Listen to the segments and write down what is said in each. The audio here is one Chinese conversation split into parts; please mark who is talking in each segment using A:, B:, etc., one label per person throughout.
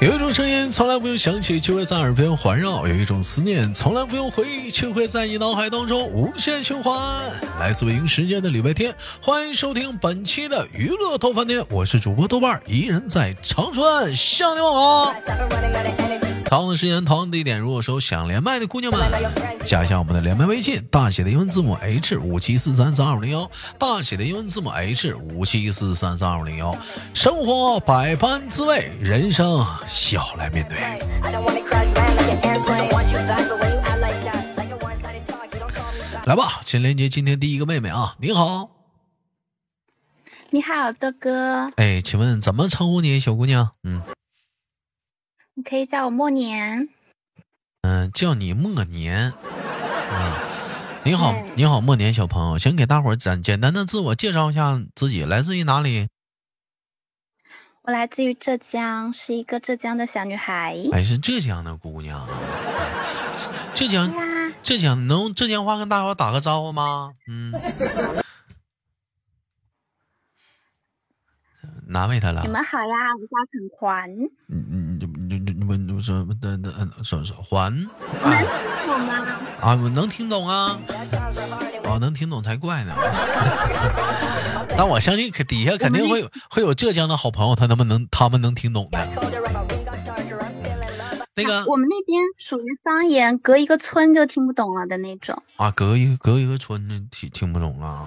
A: 有一种声音从来不用想起，却会在耳边环绕；有一种思念从来不用回忆，却会在你脑海当中无限循环。来自北京时间的礼拜天，欢迎收听本期的娱乐豆翻天，我是主播豆瓣儿，一人在长春向你问好。同样的时间，同样的地点，如果说想连麦的姑娘们，加一下我们的连麦微信，大写的英文字母 H 五七四三三二五零幺，大写的英文字母 H 五七四三三二五零幺。生活百般滋味，人生笑来面对。来吧，先连接今天第一个妹妹啊，你好，
B: 你好，豆哥，
A: 哎，请问怎么称呼你，小姑娘？嗯
B: 你可以叫我莫年。
A: 嗯、叫你莫年啊。你好，你好，莫年小朋友，先给大伙儿简简单的自我介绍一下自己，来自于哪里？
B: 我来自于浙江，是一个浙江的小女孩。
A: 哎，是浙江的姑娘啊，浙江
B: 对，呀，
A: 浙江能用浙江话跟大伙打个招呼吗？嗯，难为他了
B: 你。们好呀，我叫陈环，
A: 你你你你你们说的的说说还
B: 好吗？
A: 啊，我能听懂啊，啊，能听懂才怪呢。 但我相信肯底下肯定会有会有浙江的好朋友，他他们能他们能听懂的。那个
B: 啊我们那边属于方言，隔一个村就听不懂了的那种。
A: 啊，隔一个隔一个村的听听不懂了啊。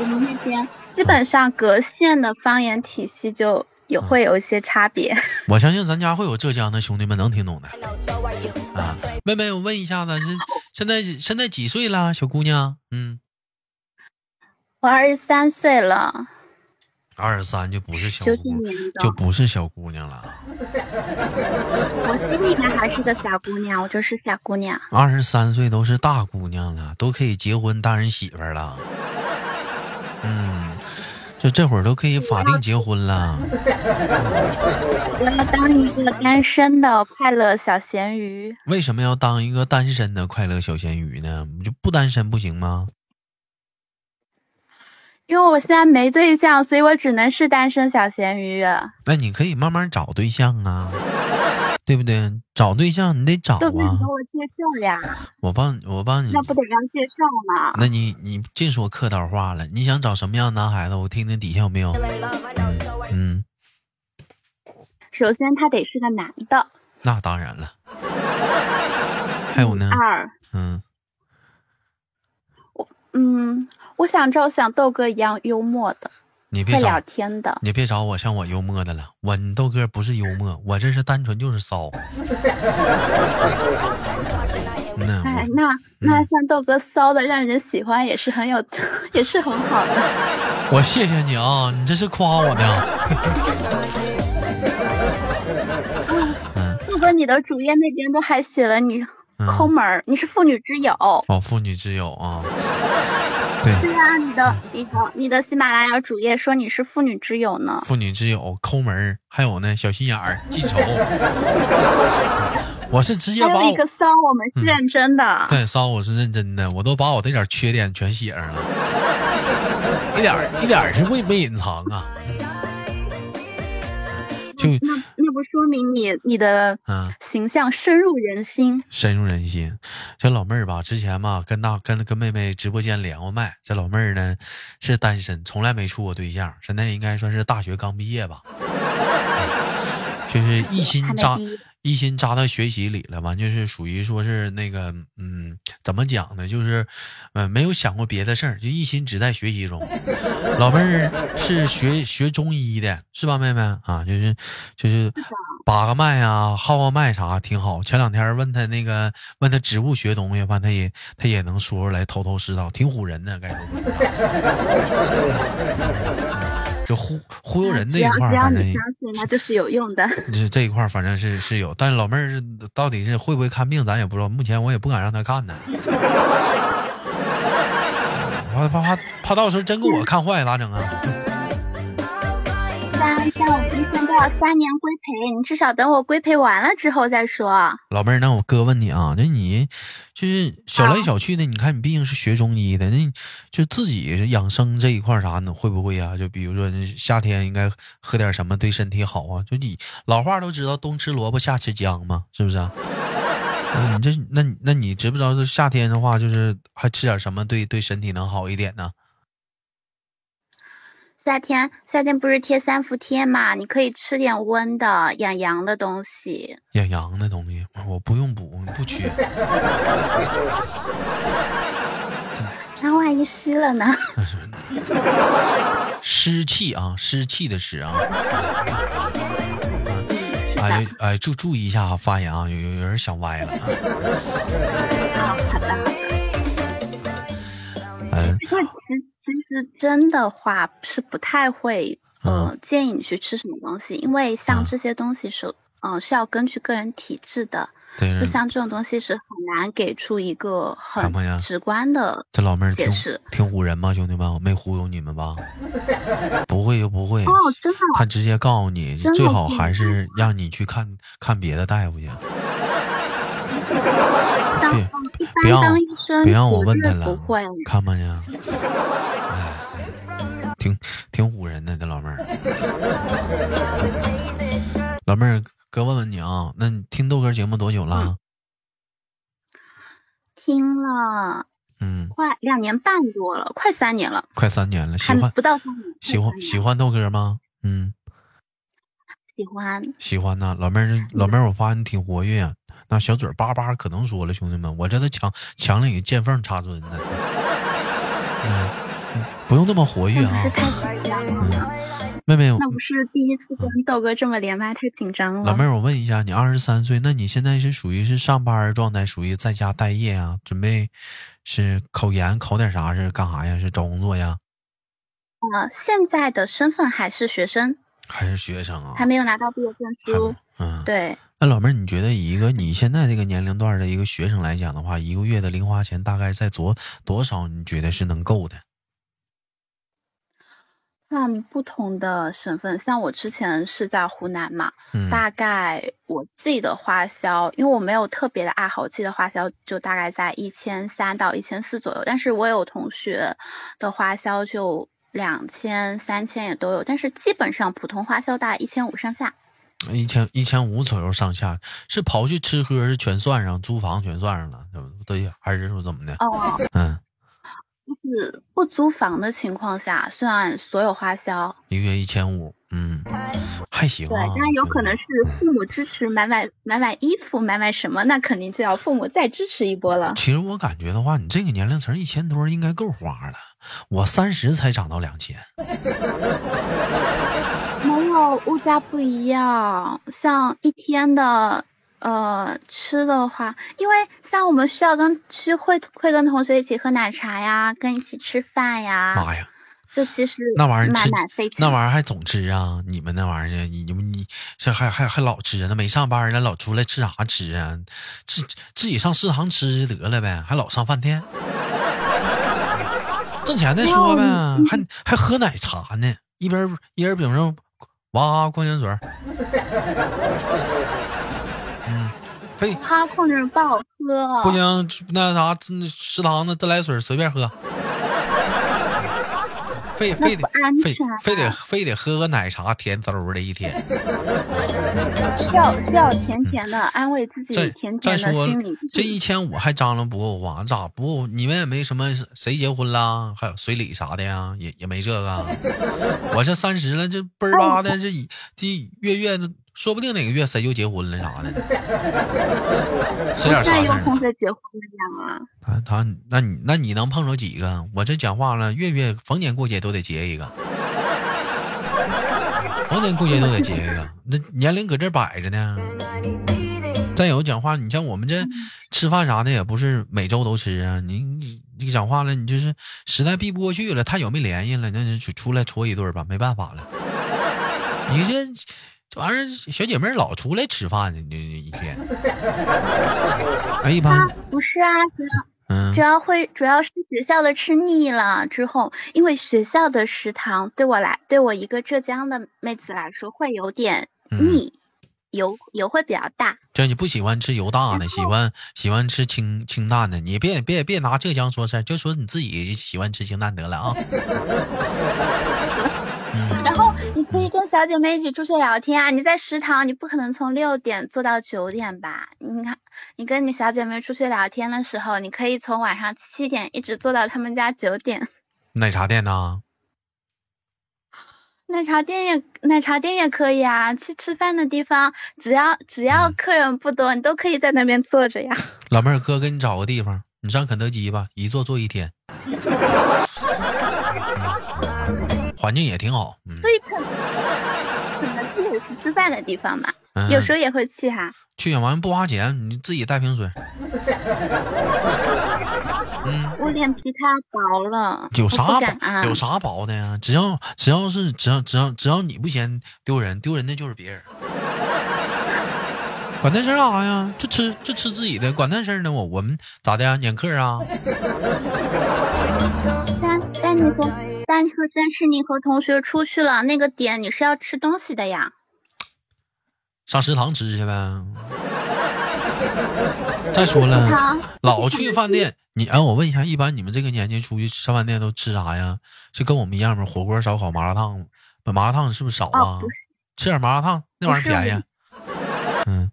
B: 我们那边基本上各县的方言体系就有
A: 啊
B: 会有一些差别。
A: 我相信咱家会有浙江的兄弟们能听懂的啊。妹妹，我问一下子，是现在现在几岁啦，小姑娘？嗯，
B: 我二十三岁了，
A: 二十三就不是小
B: 九
A: 姑
B: 几年
A: 就
B: 的，
A: 不是小姑娘了。
B: 我心里面还是个小姑娘，我就是小姑娘。
A: 二十三岁都是大姑娘了，都可以结婚当人媳妇儿了。 嗯，就这会儿都可以法定结婚了。
B: 我要当一个单身的快乐小咸鱼。
A: 为什么要当一个单身的快乐小咸鱼呢？你就不单身不行吗？
B: 因为我现在没对象，所以我只能是单身小咸鱼。啊
A: 那你可以慢慢找对象啊，对不对？找对象你得找
B: 豆哥，你
A: 啊
B: 给。我介绍呀，
A: 我帮我帮你，
B: 那不得要介绍吗？
A: 那你你净说客套话了。你想找什么样的男孩子？我听听底下有没有。嗯，
B: 首先，他得是个男的。
A: 那当然了。还有呢？
B: 二，
A: 嗯，
B: 嗯，我想找像豆哥一样幽默的，
A: 你别
B: 会聊
A: 找，
B: 天的。
A: 你别找我像我幽默的了。我你豆哥不是幽默，我这是单纯就是骚。那
B: 哎，
A: 我
B: 那那像豆哥骚的，让人喜欢 也是很有，也是很好的。
A: 我谢谢你啊，你这是夸我呢。
B: 豆哥，你的主页那边都还写了你抠
A: 嗯，
B: 门儿，你是妇女之友。
A: 哦，妇女之友啊。对，
B: 对啊，你的你的你的喜马拉雅主页说你是妇女之友呢。
A: 妇女之友、抠门儿，还有呢，小心眼儿、记仇。我是直接
B: 还
A: 把
B: 有一
A: 我
B: 个骚，我们是认真的。
A: 嗯对骚，我是认真的，我都把我这点缺点全写上了，一点儿一点儿是未被隐藏啊。就
B: 那那不说明你你的
A: 嗯，
B: 形象深入人心。
A: 深入人心。这老妹儿吧，之前吧跟大跟跟妹妹直播间连过麦，这老妹儿呢是单身，从来没处过对象，现在应该算是大学刚毕业吧，哎就是一心
B: 还没
A: 扎
B: 毕业
A: 一心扎到学习里了，完就是属于说是那个嗯，怎么讲呢？就是嗯、呃没有想过别的事儿，就一心只在学习中。老妹儿是学学中医的，是吧，妹妹啊？就是就是把个脉啊，号个脉啥挺好。前两天问她那个问她植物学东西，完她也她也能说出来，头头是道，挺唬人的，该说不说。就忽忽悠人这
B: 只
A: 一
B: 要
A: 块儿，
B: 只要
A: 反正
B: 你相信，那就是有用的。
A: 这这一块儿反正是是有，但是老妹儿是到底是会不会看病，咱也不知道。目前我也不敢让她看呢，我怕怕怕怕到时候真给我看坏了咋整啊？
B: 三，问一下我们一天都要三年规培，你至少等我规培完了之后再说。
A: 老妹儿，那我哥问你啊，就你就是小来小去的，你看你毕竟是学中医的，那你就自己养生这一块儿啥的会不会呀、就比如说你夏天应该喝点什么对身体好啊？就你老话都知道冬吃萝卜夏吃姜嘛，是不是、啊？ 那你这那你那你知不知道，这夏天的话，就是还吃点什么对对身体能好一点呢？
B: 夏天夏天不是贴三伏贴嘛，你可以吃点温的养阳的东西。
A: 养阳的东西，我不用补，不缺。
B: 那万一湿了呢？
A: 湿气啊，湿气的湿啊。哎哎，注注意一下啊发言啊，有有有人想歪 了啊。嗯，
B: 其实 真的话是不太会，呃，建议你去吃什么东西，因为像
A: 嗯
B: 这些东西是，嗯、是要根据个人体质的。
A: 对
B: 就
A: 了，
B: 像这种东西是很难给出一个
A: 看
B: 很
A: 吧呀
B: 直观的。
A: 这老妹儿
B: 解
A: 挺
B: 释
A: 挺唬人吗？兄弟们，我没忽悠你们吧？不会就不会，
B: 哦，真的，
A: 他直接告诉你，
B: 真的
A: 最好
B: 不
A: 还是让你去看看别的大夫去。
B: 当
A: 别
B: 一
A: 别让
B: 般当医生
A: 别让我
B: 绝
A: 问
B: 对
A: 他了，
B: 不会。
A: 看吧呀，哎，挺挺唬人的这老妹儿。 老妹儿，哥问问你啊，那你听豆哥节目多久了？
B: 听了
A: 嗯，
B: 快两年半多了，快三年了，
A: 快三年了，喜
B: 还
A: 欢
B: 不到三年。
A: 喜
B: 快
A: 欢
B: 三年
A: 喜欢豆哥吗？嗯，
B: 喜欢，
A: 喜欢呐。老妹儿，老妹儿，我发现你挺活跃啊，那小嘴儿叭叭可能说了，兄弟们，我这都墙墙里见缝插针呢。 嗯，不用那么活跃
B: 嗯
A: 啊，妹妹。
B: 那不是第一次跟豆哥这么连麦，太紧张
A: 嗯老
B: 了
A: 妹。儿，我问一下，你二十三岁，那你现在是属于是上班儿状态，属于在家待业啊？准备是考研，考点啥是干啥呀？是找工作呀？
B: 呃，现在的身份还是学生，
A: 还是学生啊？
B: 还没有拿到毕业证
A: 还没
B: 书。
A: 嗯，
B: 对，
A: 那老妹儿，你觉得以一个你现在这个年龄段儿的一个学生来讲的话，一个月的零花钱大概在多多少？你觉得是能够的？
B: 看不同的省份，像我之前是在湖南嘛，
A: 嗯，
B: 大概我自己的花销，因为我没有特别的爱好，我自己的花销就大概在一千三到一千四左右。但是我有同学的花销就两千、三千也都有，但是基本上普通花销大概一千五上下。
A: 一千一千五左右上下，是刨去吃喝是全算上，租房全算上了，对不对？还是说怎么的？
B: 哦，
A: 嗯，
B: 就是不租房的情况下算所有花销，
A: 一个月一千五，嗯，还行、
B: 哎对
A: 啊。，
B: 当然有
A: 觉
B: 可
A: 得
B: 能是父母支持买买买买衣服，买买什么，那肯定就要父母再支持一波了。
A: 其实我感觉的话，你这个年龄层一千多应该够花了。我三十才涨到两千，
B: 没有，物价不一样。像一天的呃吃的话，因为像我们需要跟去会会跟同学一起喝奶茶呀，跟一起吃饭呀，
A: 妈呀，
B: 就其实
A: 那玩意儿
B: 蛮
A: 吃
B: 蛮费劲。
A: 那玩意儿还总吃啊？你们那玩意儿，你你们你这还还还老吃啊？那没上班儿那老出来吃啥吃啊？自自己上食堂吃得了呗，还老上饭店，挣钱再说呗，还还喝奶茶呢，一边儿一人饼上哇矿泉水儿，嗯，非。
B: 它矿泉水不好喝，
A: 不
B: 啊
A: 行，那啥，那食堂的自来水随便喝，非非得
B: 安
A: 非
B: 全啊
A: 非得非得喝个奶茶甜馊的一天。
B: 是要是要甜甜的，安慰自己
A: 嗯再
B: 甜
A: 再
B: 甜的
A: 说
B: 心理。
A: 这一千五还张罗不够花，咋不？你们也没什么谁结婚啦，还有随礼啥的呀，也也没这个啊。我这三十了，这倍儿吧的，这一这月月的，说不定哪个月谁就结婚了啥的呢，是点啥
B: 再
A: 事
B: 有
A: 儿呢？
B: 同学结婚啊了呀？
A: 他他，那你那你能碰着几个？我这讲话了，月月逢年过节都得结一个，逢年过节都得结一个，那年龄搁这摆着呢。再有讲话，你像我们这吃饭啥的，也不是每周都吃啊。你你你讲话了，你就是实在避不过去了，太久没联系了，那就出出来搓一顿吧，没办法了。你这这玩意儿，小姐妹儿老出来吃饭呢，你这一天。哎，一般
B: 啊，不是啊，是
A: 嗯
B: 主要会主要是学校的吃腻了之后，因为学校的食堂对我来对我一个浙江的妹子来说会有点
A: 嗯，
B: 腻，油油会比较大。
A: 就你不喜欢吃油大的，喜欢喜欢吃清清淡的，你别别别拿浙江说事儿，就说你自己喜欢吃清淡得了 啊。嗯
B: 然后你可以
A: 嗯
B: 跟小姐妹一起出去聊天啊！你在食堂，你不可能从六点做到九点吧？你看，你跟你小姐妹出去聊天的时候，你可以从晚上七点一直做到他们家九点。
A: 奶茶店呢？
B: 奶茶店也奶茶店也可以啊，去吃饭的地方，只要只要
A: 嗯
B: 客人不多，你都可以在那边坐着呀。
A: 老妹儿，哥给你找个地方，你上肯德基吧，一坐坐一 天，嗯环境也挺好。嗯
B: 所以肯肯德基也是吃饭的地方嘛，
A: 嗯，
B: 有时候也会去哈、
A: 去完不花钱，你自己带瓶水。嗯，
B: 我脸皮太薄了，
A: 有
B: 我
A: 啥
B: 不敢
A: 薄
B: 啊
A: 有？啥薄的呀？只要只要是只要只要只要你不嫌丢人，丢人的就是别人。管那事儿干啥呀？就吃就吃自己的，管那事儿呢？我我们咋的呀？撵客啊？
B: 但但你和但是但是你和同学出去了，那个点你是要吃东西的呀。
A: 上食堂吃去呗。再说了，
B: 好，
A: 老去饭店，你哎，我问一下，一般你们这个年纪出去吃饭店都吃啥呀？是跟我们一样吗？火锅、烧烤、麻辣烫？麻辣烫是不是少
B: 哦
A: 啊？
B: 不是，
A: 吃点麻辣烫，那玩意儿
B: 不是
A: 便宜。啊嗯，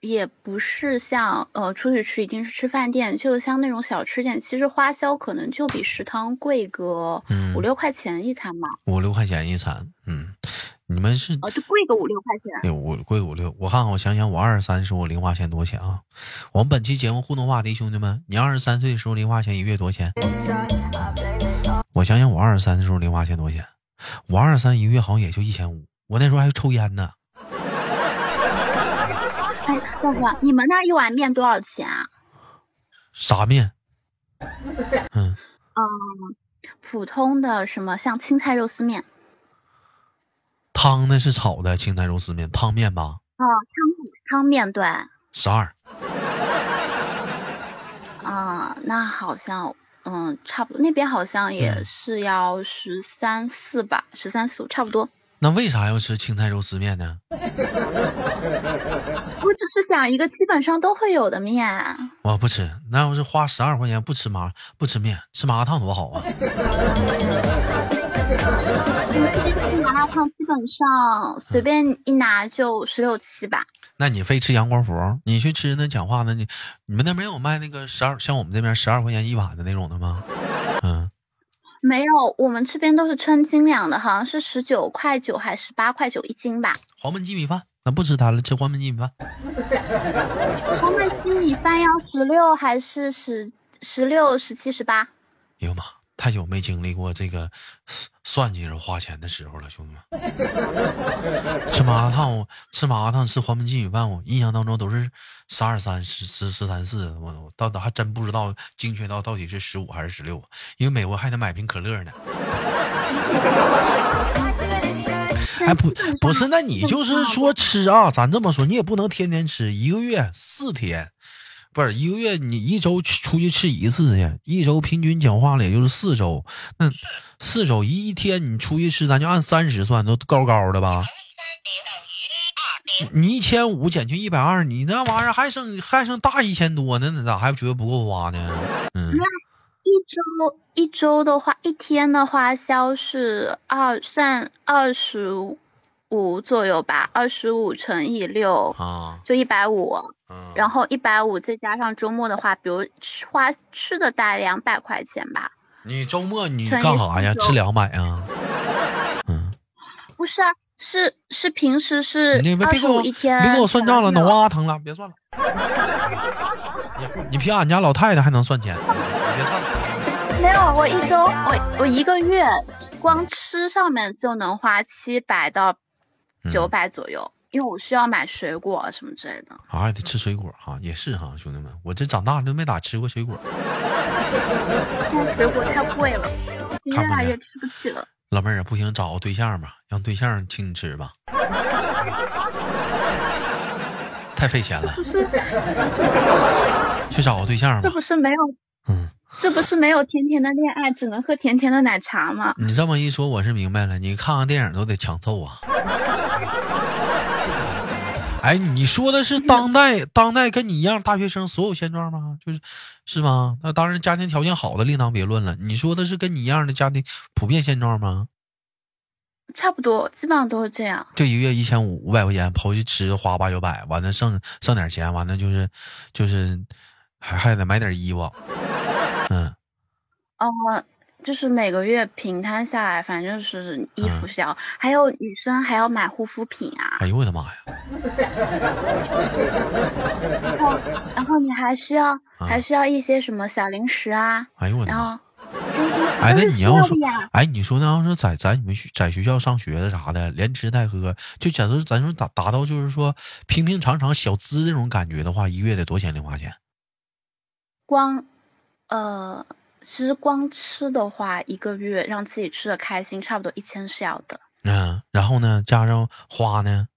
B: 也不是像呃出去吃一定是吃饭店，就像那种小吃店，其实花销可能就比食堂贵个
A: 嗯
B: 五六块钱一餐嘛，
A: 五六块钱一餐。嗯，你们是
B: 哦就贵个五六块钱。
A: 哎五贵五六？我看看，我想想，我二十三时候零花钱多少钱啊？我们本期节目互动话题，兄弟们，你二十三岁的时候零花钱一月多少钱？我想想，我二十三的时候零花钱多少钱？我二十三一个月好像也就一千五，我那时候还抽烟呢。
B: 哎，大哥，你们那儿一碗面多少钱啊？
A: 啥面？嗯，
B: 普通的什么像青菜肉丝面哦
A: 汤呢是炒的青菜肉丝面，汤面吧，
B: 哦，汤汤面对。
A: 十二。
B: 啊、那好像，嗯，差不多，那边好像也
A: 嗯
B: 是要十三四吧，十三四五差不多。
A: 那为啥要吃青菜肉丝面呢？
B: 我只是讲一个基本上都会有的面，
A: 我不吃，那要是花十二块钱不吃麻不吃面，吃麻辣烫多好啊！
B: 麻辣烫基本上随便一拿就十六七吧。
A: 那你非吃阳光福，你去吃那讲话的，你你们那边有卖那个十二，像我们这边十二块钱一碗的那种的吗？嗯，
B: 没有，我们这边都是称斤两的，好像是十九块九还十八块九一斤吧。
A: 黄焖鸡米饭，咱不吃它了，吃黄焖鸡米饭。
B: 他们鸡米饭要十六还是十十六、十七、十八？
A: 哎呦妈，太久没经历过这个算算计着花钱的时候了，兄弟们。吃麻辣烫，我吃麻辣烫，吃黄焖鸡米饭，我印象当中都是十二三、十十十三四，我我到到还真不知道精确到到底是十五还是十六，啊因为美国还得买瓶可乐呢。哎，不不是，那你就是说吃啊，咱这么说，你也不能天天吃，一个月四天，不是一个月，你一周去出去吃一次去，一周平均讲话了也就是四周，那四周一天你出去吃，咱就按三十算，都高高的吧？你一千五减去一百二，你那玩意儿还剩还剩大一千多呢，那咋还觉得不够花呢？嗯，
B: 一周一周的话，一天的花销是二算二十五左右吧，二十五乘以六
A: 啊，
B: 就一百五，
A: 嗯，
B: 嗯然后一百五再加上周末的话，比如吃花吃的大概两百块钱吧。
A: 你周末你
B: 乘以
A: 干啥呀？
B: 四周
A: 吃两百啊？嗯。
B: 不是啊，是是平时是
A: 你别
B: 二
A: 别
B: 十
A: 给我
B: 五一天，
A: 别给我算账了，脑瓜疼了，别算了。 你你比俺家老太太还能算钱，你别算了。
B: 没有，我一周我我一个月光吃上面就能花七百到
A: 嗯
B: 九百左右，因为我需要买水果什么之类的。
A: 啊，还得吃水果哈、也是哈、兄弟们，我这长大了都没咋吃过水果。
B: 现在水果太贵了，越
A: 看不
B: 来
A: 见
B: 越吃不起了。
A: 老妹儿啊，不行，找个对象吧，让对象请你吃吧。太费钱了，
B: 不是，
A: 去找个对象
B: 这
A: 吧。
B: 不是没有，
A: 嗯，
B: 这不是没有甜甜的恋爱，只能喝甜甜的奶茶吗？
A: 你这么一说，我是明白了，你看看电影都得强凑啊。哎，你说的是当代当代跟你一样大学生所有现状吗？就是是吗？那当然，家庭条件好的另当别论了。你说的是跟你一样的家庭普遍现状吗？
B: 差不多，基本上都是这样。
A: 就一个月一千五五百块钱，刨去吃花八九百，完了剩剩点钱，完了就是就是还还得买点衣服，嗯，
B: 呃，就是每个月平摊下来，反正就是衣服
A: 嗯
B: 需要，还有女生还要买护肤品啊，
A: 哎呦我的妈呀，
B: 然后然后你还需要、还
A: 哎嗯
B: 需要一些什么小零食啊，
A: 哎呦我的
B: 然
A: 妈，
B: 后这些
A: 哎
B: 都
A: 那
B: 是
A: 你
B: 需
A: 要
B: 要
A: 说
B: 的呀。
A: 哎你说那要是在在你们学在学校上学的啥的，连吃带喝，就假如咱说达达到就是说平平常常小资这种感觉的话，一个月得多少钱零花钱？
B: 光，呃，其实光吃的话，一个月让自己吃的开心，差不多一千是要的。
A: 嗯，然后呢加上花呢，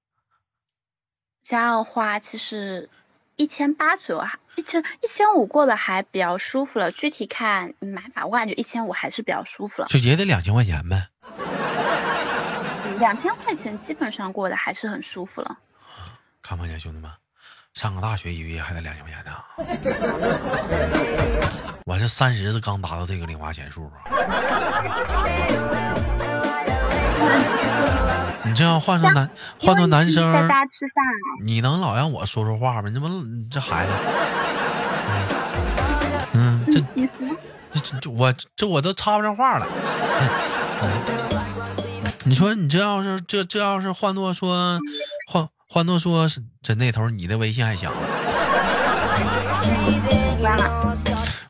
B: 加上花，其实一千八左右，还一千一千五过得还比较舒服了。具体看你买吧，我感觉一千五还是比较舒服了。
A: 就也得两千块钱呗。
B: 两千块钱基本上过得还是很舒服了。
A: 看没见兄弟们，上个大学一个月还得两千块钱呢。我这三十是刚达到这个零花钱数啊。你这样换成男，换成男
B: 因为你带
A: 生，
B: 大家吃饭，
A: 你能老让我说说话吗？你怎么你这孩子？嗯，嗯
B: 其实
A: 这这这我这我都插不上话了。嗯你说你这要是这这要是换做说换换做说是这那头你的微信还响了。
B: 关了。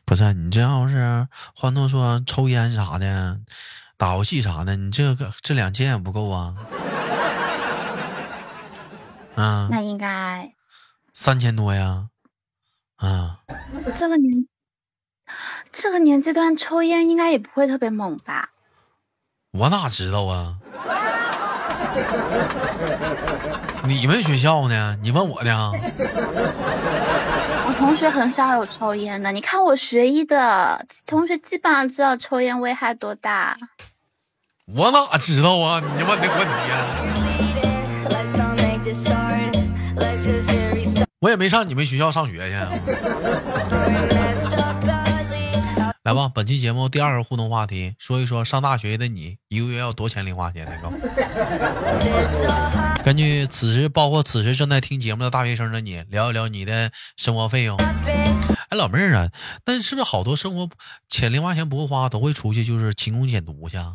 A: 不是你这要是换做说抽烟啥的，打游戏啥的，你这个这两千也不够啊。嗯，
B: 那应该
A: 三千多呀。嗯，
B: 这个年这个年纪段抽烟应该也不会特别猛吧？
A: 我哪知道啊？你们学校呢？你问我呢？
B: 我同学很少有抽烟的，你看我学医的同学基本上知道抽烟危害多大。
A: 我哪知道啊？你问这个问题呀、
C: Let's not make this hard. Let's just hear you start.
A: 我也没上你们学校上学去。啊
C: Messed up badly.
A: 来吧，本期节目第二个互动话题，说一说上大学的你一个月要多少钱零花钱？那个，根据此时包括此时正在听节目的大学生的你，聊一聊你的生活费用。哎，老妹儿啊，那是不是好多生活钱零花钱不够花，都会出去就是勤工俭读去啊？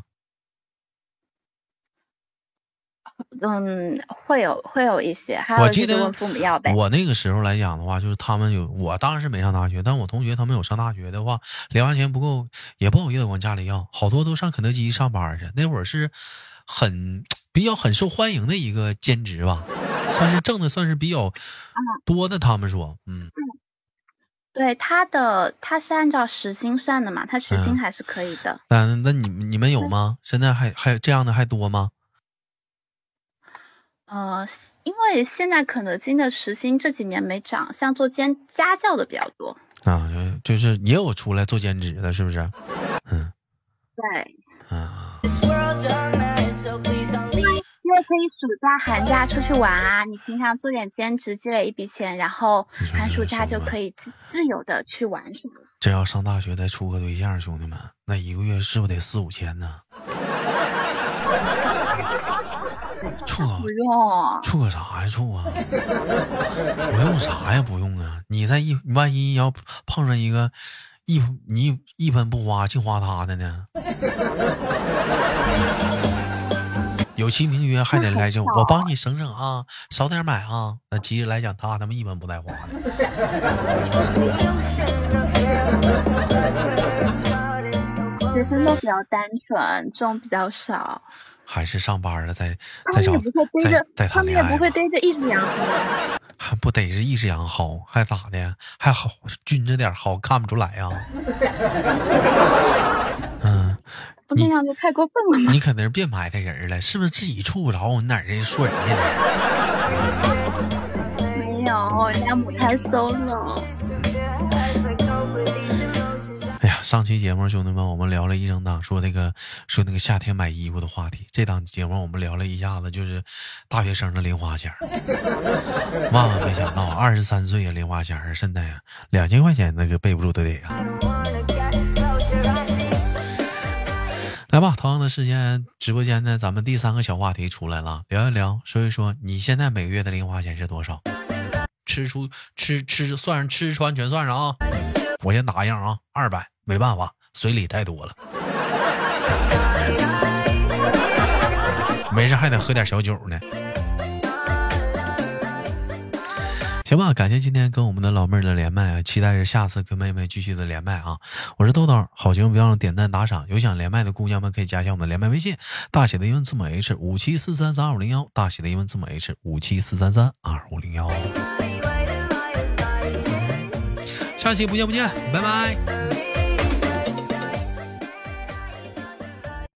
B: 嗯，会有会有一些，还
A: 我
B: 有
A: 记
B: 就是
A: 得
B: 问父母要呗。
A: 我那个时候来讲的话，就是他们有，我当然是没上大学，但我同学他们有上大学的话，零花钱不够，也不好意思管家里要，好多都上肯德基上班去。那会儿是很比较很受欢迎的一个兼职吧，算是挣的算是比较多的。他们说，嗯，
B: 对他的他是按照时薪算的嘛，他时
A: 嗯
B: 薪还是可以的。
A: 那那你们你们有吗？现在还还这样的还多吗？
B: 呃，因为现在肯德基的时薪这几年没涨，像做兼家教的比较多。
A: 啊，就是就是也有出来做兼职的，是不是？嗯
B: 对，
A: 啊。
C: This world's a mess, so please don't leave.
B: 因为可以暑假、寒假出去玩啊，你平常做点兼职积累一笔钱，然后
A: 你说
B: 寒
A: 这
B: 暑
A: 个
B: 假
A: 什
B: 就
A: 么
B: 可以自自由的去玩耍。
A: 这要上大学再处个对象，兄弟们，那一个月是不是得四五千呢？ 处个
B: 不用，
A: 处个啥呀？处啊？不用啥呀？不用啊！你再一万一要碰上一个一你一分不花净花他的呢？有其名曰还得来这，我帮你省省啊，少点买啊。那其实来讲他，他们一文不带花的。
B: 学生都比较单纯，这种比较少。
A: 还是上班了再
B: 他
A: 再找
B: 们也不会
A: 再
B: 逮着，
A: 再
B: 他
A: 谈
B: 们
A: 恋爱
B: 也
A: 啊
B: 不会
A: 吧
B: 逮着一直养活。
A: 还不得是一只羊薅，还咋的？还好均着点薅，看不出来啊呀、嗯，
B: 不那样就太过分了嘛。
A: 你可能是变埋汰人啊了，是不是自己处不着？你哪人说人家呢？
B: 没有，后人家母胎 solo。
A: 哎呀，上期节目兄弟们，我们聊了一整档，说那个说那个夏天买衣服的话题。这档节目我们聊了一下子，就是大学生的零花钱儿。哇，没想到二十三岁呀，零花钱儿现在呀，两千块钱那个备不住都得啊呀。来吧，同样的时间，直播间呢，咱们第三个小话题出来了，聊一聊，说一说你现在每个月的零花钱是多少？吃出吃吃算上吃穿全算上啊！我先打一样啊，二百，没办法，随礼太多了，没事还得喝点小酒呢。行吧，感谢今天跟我们的老妹儿的连麦啊，期待着下次跟妹妹继续的连麦啊。我是豆豆，好节目别忘了点赞打赏，有想连麦的姑娘们可以加一下我们的连麦微信，大写的英文字母 H 五七四三三二五零幺，大写的英文字母 H 五七四三三二五零幺。下期不见不见，拜拜。